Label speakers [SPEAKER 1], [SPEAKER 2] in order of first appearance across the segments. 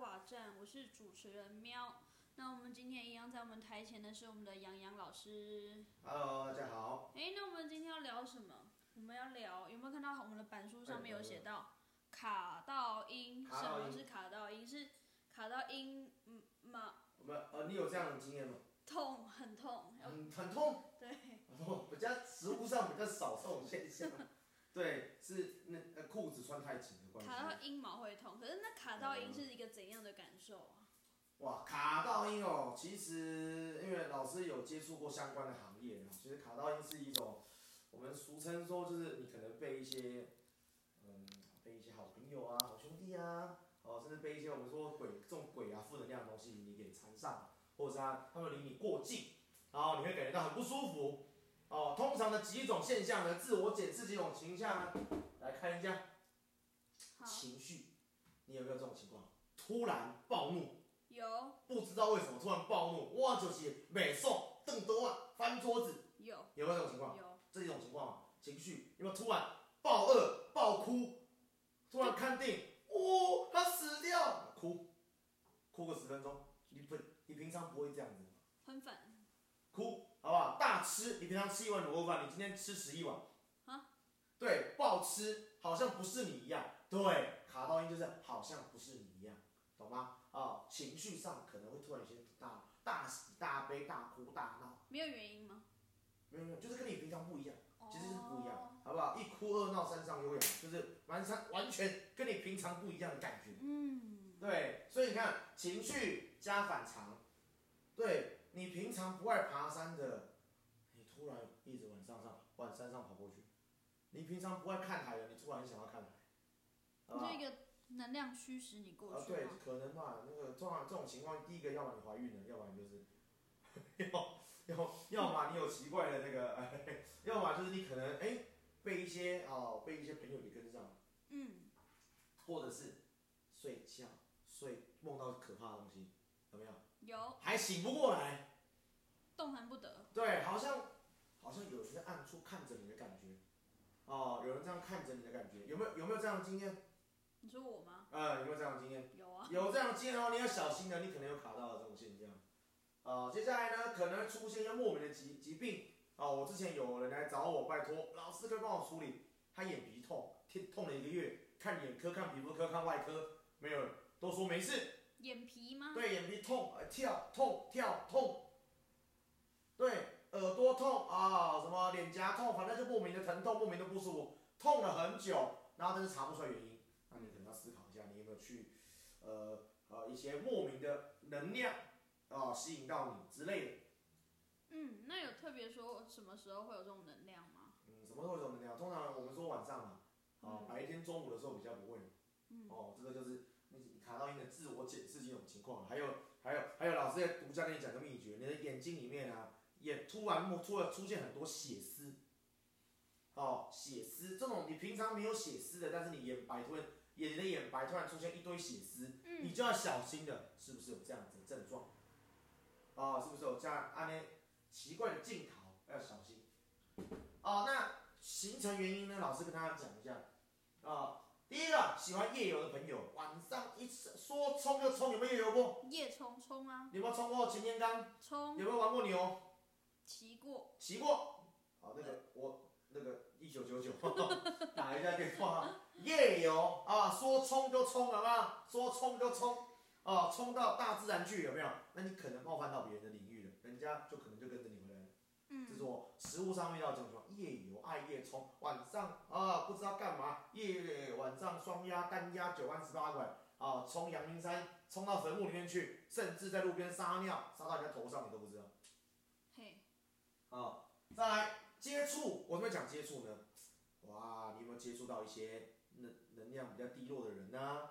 [SPEAKER 1] 我是主持人喵。那我们今天一样在我们台前的是我们的杨洋老师。
[SPEAKER 2] Hello，大家好。
[SPEAKER 1] 哎，那我们今天要聊什么？我们要聊有没有看到我们的板书上面有写到卡到音？
[SPEAKER 2] 卡
[SPEAKER 1] 什
[SPEAKER 2] 到
[SPEAKER 1] 么
[SPEAKER 2] 音
[SPEAKER 1] 是卡到音？是卡到音，嗯，嘛
[SPEAKER 2] 我们呃，你有这样的经验吗？
[SPEAKER 1] 痛，很痛，要
[SPEAKER 2] 很很痛，
[SPEAKER 1] 对，
[SPEAKER 2] 很痛。比较食物上比较少这种 现象。对，是那呃裤子穿太紧的关系。
[SPEAKER 1] 卡到阴毛会痛。可是那卡到音是一个怎样的感受啊？
[SPEAKER 2] 哇，卡到音哦，其实因为老师有接触过相关的行业啊，其实卡到音是一种我们俗称说就是你可能被一些嗯被一些好朋友啊、好兄弟啊，哦，甚至被一些我们说鬼这种鬼啊、负能量的东西你给缠上，或者是他他们离你过近，然后你会感觉到很不舒服。哦，通常的几种现象呢，自我检视几种倾向呢，来看一下
[SPEAKER 1] 好，
[SPEAKER 2] 情绪，你有没有这种情况？突然暴怒。
[SPEAKER 1] 有
[SPEAKER 2] 不知道为什么突然暴怒，哇，就是美送瞪多啊，翻桌子，
[SPEAKER 1] 有
[SPEAKER 2] 有没有这种情况？
[SPEAKER 1] 有，
[SPEAKER 2] 这种情况啊，情绪有没有突然暴饿、暴哭，突然看电影，哦，他死掉，哭，哭个十分钟，你不，你平常不会这样子吗？
[SPEAKER 1] 很反
[SPEAKER 2] 哭，好不好？大吃，你平常吃一碗卤肉饭，你今天吃十一碗，
[SPEAKER 1] 啊？
[SPEAKER 2] 对，暴吃，好像不是你一样，对，卡到音就是好像不是你一样，懂吗？啊、情绪上可能会突然有些大大喜大悲、大哭大闹，
[SPEAKER 1] 没有原因吗？
[SPEAKER 2] 没有没有，就是跟你平常不一样，其实是不一
[SPEAKER 1] 哦
[SPEAKER 2] 样，好不好？一哭二闹三上悠扬，就是完全完全跟你平常不一样的感觉。
[SPEAKER 1] 嗯，
[SPEAKER 2] 对，所以你看，情绪加反常，对你平常不爱爬山的，你突然一直往上上往山上跑过去；你平常不爱看海的，你突然想要看海，好不
[SPEAKER 1] 就
[SPEAKER 2] 好
[SPEAKER 1] 一个能量驱使你过
[SPEAKER 2] 啊，
[SPEAKER 1] 去
[SPEAKER 2] 对
[SPEAKER 1] 吗？，
[SPEAKER 2] 可能嘛，那个通常这种情况，第一个要么你怀孕了，要不然就是 要要要么你有奇怪的那个， 要么就是你可能哎被一些哦被一些朋友给跟上，
[SPEAKER 1] 嗯，
[SPEAKER 2] 或者是睡觉睡梦到可怕的东西，有没有？
[SPEAKER 1] 有
[SPEAKER 2] 还醒不过来，
[SPEAKER 1] 动弹不得。
[SPEAKER 2] 对，好像好像有人在暗处看着你的感觉，哦，有人这样看着你的感觉，有没有有没有这样的经验？
[SPEAKER 1] 你说我吗？
[SPEAKER 2] 呃，有没有这样的经验？
[SPEAKER 1] 有啊，
[SPEAKER 2] 有这样的经验哦，你要小心的，你可能有卡到的这种现象。哦，接下来呢，可能出现一些莫名的疾疾病。哦，我之前有人来找我，拜托老师可以帮我处理，他眼皮痛，天痛了一个月，看眼科、看皮肤科、看外科，没有，都说没事。
[SPEAKER 1] 眼皮吗？
[SPEAKER 2] 对，眼皮痛，呃跳痛跳痛，对，耳朵痛啊，什么脸颊痛，反正就莫名的疼痛，莫名的不舒服，痛了很久，然后但是查不出来原因，那你可能要思考一下，你有没有去，呃呃一些莫名的能量啊、吸引到你之类的，
[SPEAKER 1] 嗯，那有特别说什么时候会有这种能量吗？
[SPEAKER 2] 嗯，什么时候有这种能量？通常我们说晚上嘛，哦、
[SPEAKER 1] 嗯
[SPEAKER 2] 白天中午的时候比较不会，
[SPEAKER 1] 嗯
[SPEAKER 2] 哦，这个就是你卡到你的自我检视这种情况，还有还有还有老师在独家跟你讲个秘诀，你的眼睛里面啊，也突然冒突然出现很多血丝，哦，血丝这种你平常没有血丝的，但是你眼白突然眼你的眼白突然出现一堆血丝，你
[SPEAKER 1] 嗯，
[SPEAKER 2] 就要小心的，是不是有这样子的症状？啊、是不是有这样啊？那奇怪的镜头要小心。哦，那形成原因呢？老师跟大家讲一下。啊、第一个喜欢夜游的朋友，晚上一说冲就冲，有没有夜游过？
[SPEAKER 1] 夜冲冲啊，
[SPEAKER 2] 你有没有冲过擎天岗？有
[SPEAKER 1] 冲
[SPEAKER 2] 没有玩过牛？
[SPEAKER 1] 骑过，
[SPEAKER 2] 骑过？好，那个我那个一九九九 打一下电话，啊夜游啊，说冲就冲，好不好？说冲就冲，啊，冲到大自然去，有没有？那你可能冒犯到别人的领域了，人家就可能就跟着你回来了。这
[SPEAKER 1] 嗯，
[SPEAKER 2] 是我食物上遇到这种情况，夜游爱夜冲，晚上啊不知道干嘛，夜晚上双压单压九万十八块啊，冲阳明山，冲到坟墓里面去，甚至在路边撒尿，撒到人家头上你都不知道。
[SPEAKER 1] 嘿，
[SPEAKER 2] 啊，再来接触，我怎么讲接触呢？哇，你有没有接触到一些能能量比较低落的人呢、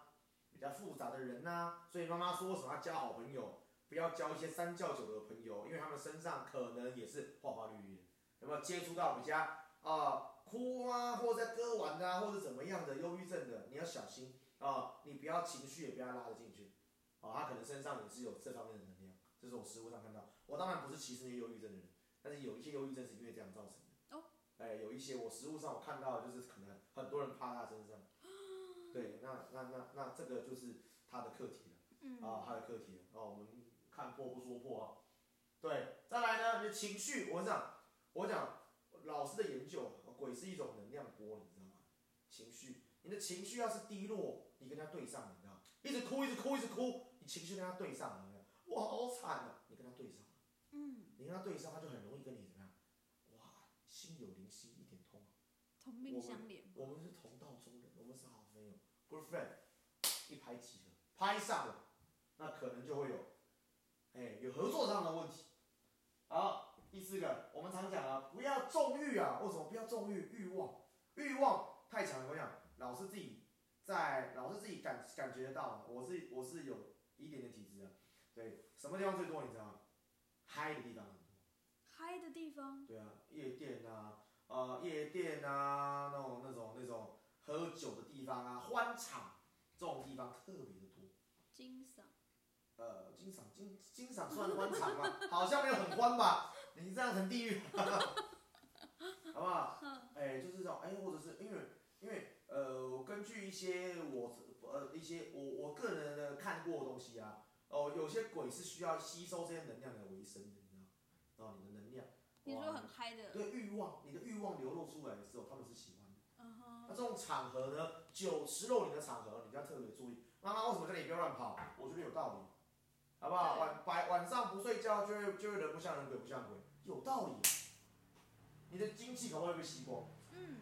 [SPEAKER 2] 比较复杂的人呢、所以妈妈说什么要交好朋友，不要交一些三教九流的朋友，因为他们身上可能也是花花绿绿的。有没有接触到比较啊、哭啊，或者在割腕啊，或者怎么样的忧郁症的，你要小心啊、你不要情绪也不要拉着进去。哦，他可能身上也是有这方面的能量，这是我实物上看到。我当然不是歧视那些忧郁症的人。但是有一些忧郁症是因为这样造成的。
[SPEAKER 1] 哦。
[SPEAKER 2] 哎、有一些我实物上我看到，就是可能 很多人趴他身上。对，那那那那这个就是他的课题了。
[SPEAKER 1] 嗯，
[SPEAKER 2] 啊，还有课题啊，我们看破不说破啊。对，再来呢，你的情绪，我讲，我讲老师的研究，鬼是一种能量波，你知道吗？情绪，你的情绪要是低落，你跟他对上，你知道吗，一直哭，一直哭，一直哭，你情绪跟他对上，你知道吗哇，好惨啊！你跟他对上，
[SPEAKER 1] 嗯，
[SPEAKER 2] 你跟他对上，他就很容易跟你怎么样？哇，心有灵犀一点通。啊
[SPEAKER 1] 同病相怜，
[SPEAKER 2] 我们是同道中人，我们是好朋友，good friend，一拍即合，拍上了，那可能就会有，哎，有合作上的问题。好，第四个，我们常讲啊，不要纵欲啊，为什么不要纵欲？欲望，欲望太强了。我想老是自己在，老是自己感感觉得到，我是我是有一点点体质的，对，什么地方最多你知道吗？嗨的地方很多。
[SPEAKER 1] 嗨的地方，
[SPEAKER 2] 对啊，夜店啊，呃，夜店啊，那种那种那种喝酒的地方啊，欢场这种地方特别的多。
[SPEAKER 1] 经赏，
[SPEAKER 2] 呃，经常经经常算欢场 吗？好像没有很欢吧？你这样很地狱，啊 好不好？
[SPEAKER 1] 嗯
[SPEAKER 2] 哎、就是这种，哎、或者是因为因为呃，根据一些我呃一些我我个人的看过的东西啊，哦、有些鬼是需要吸收这些能量来维生的，你知道？哦，你的能量。
[SPEAKER 1] 你说
[SPEAKER 2] 哇
[SPEAKER 1] 很嗨的，
[SPEAKER 2] 对欲望，你的欲望流露出来的时候，他们是喜欢的。
[SPEAKER 1] 嗯
[SPEAKER 2] 那
[SPEAKER 1] 哼，
[SPEAKER 2] 这种场合呢，酒池肉林的场合，你就要特别注意。妈妈为什么叫你不要乱跑？我觉得有道理，好不好？
[SPEAKER 1] 对
[SPEAKER 2] 晚白晚上不睡觉，就会就会人不像人，鬼不像鬼，有道理。你的精气可能会被吸光。
[SPEAKER 1] 嗯，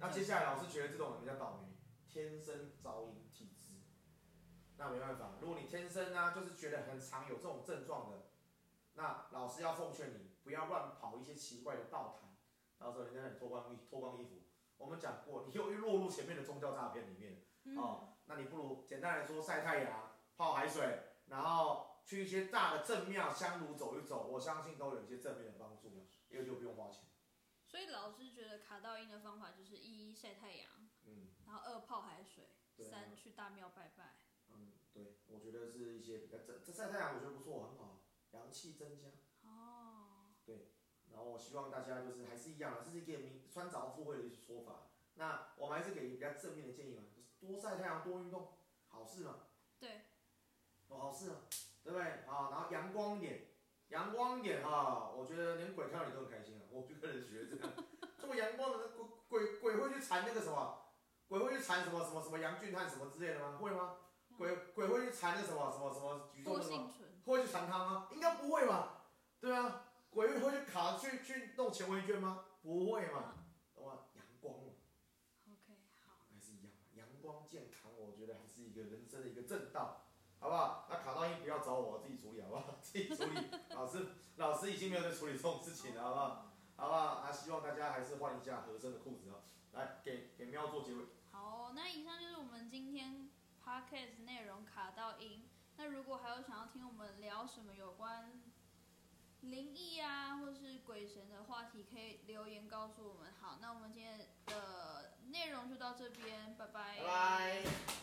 [SPEAKER 2] 那接下来老师觉得这种人比较倒霉，天生早阴体质。那没办法，如果你天生呢、就是觉得很常有这种症状的，那老师要奉劝你不要乱跑一些奇怪的道坛，到时候人家让你脱光衣脱光衣服。我们讲过，你又落入前面的宗教诈骗里面。
[SPEAKER 1] 嗯，
[SPEAKER 2] 哦，那你不如简单来说晒太阳、泡海水，然后去一些大的正庙香炉走一走，我相信都有一些正面的帮助了，因为就不用花钱。
[SPEAKER 1] 所以老师觉得卡到音的方法就是一晒太阳，
[SPEAKER 2] 嗯
[SPEAKER 1] 然后二泡海水，
[SPEAKER 2] 对啊
[SPEAKER 1] 三去大庙拜拜，
[SPEAKER 2] 嗯，对，我觉得是一些比较正，这晒太阳我觉得不错，很好，啊阳气增加。
[SPEAKER 1] 哦，
[SPEAKER 2] 然后我希望大家就是还是一样啊，这是一个明穿凿附会的一个说法。那我们还是给比较正面的建议嘛，就是多晒太阳，多运动，好事嘛。
[SPEAKER 1] 对，
[SPEAKER 2] 哦，好事啊，对不对？啊，然后阳光一点，阳光一点啊，我觉得连鬼看到你都很开心啊。我个人觉得这样，这么阳光的鬼鬼鬼会去缠那个什么，鬼会去缠什么什么什么杨俊汉什么之类的吗？会吗？鬼鬼会去缠那什么什么什么举重
[SPEAKER 1] 多
[SPEAKER 2] 的吗？
[SPEAKER 1] 幸存，
[SPEAKER 2] 会去缠他吗？应该不会吧？对啊，鬼会去卡去去弄钱维券吗？不会嘛，懂吗？阳光嘛，
[SPEAKER 1] ，OK，好，
[SPEAKER 2] 还是一样嘛，阳光健康，我觉得还是一个人生的一个正道，好不好？那卡到音不要找我，我自己处理好不好？ 自己处理，老师老师已经没有在处理这种事情了，好不好？好不好？那希望大家还是换一下合身的裤子啊，来给给喵做结尾。
[SPEAKER 1] 好，那以上就是我们今天 podcast 内容卡到音。那如果还有想要听我们聊什么有关灵异啊，或是鬼神的话题，可以留言告诉我们。好，那我们今天的内容就到这边，拜
[SPEAKER 2] 拜拜。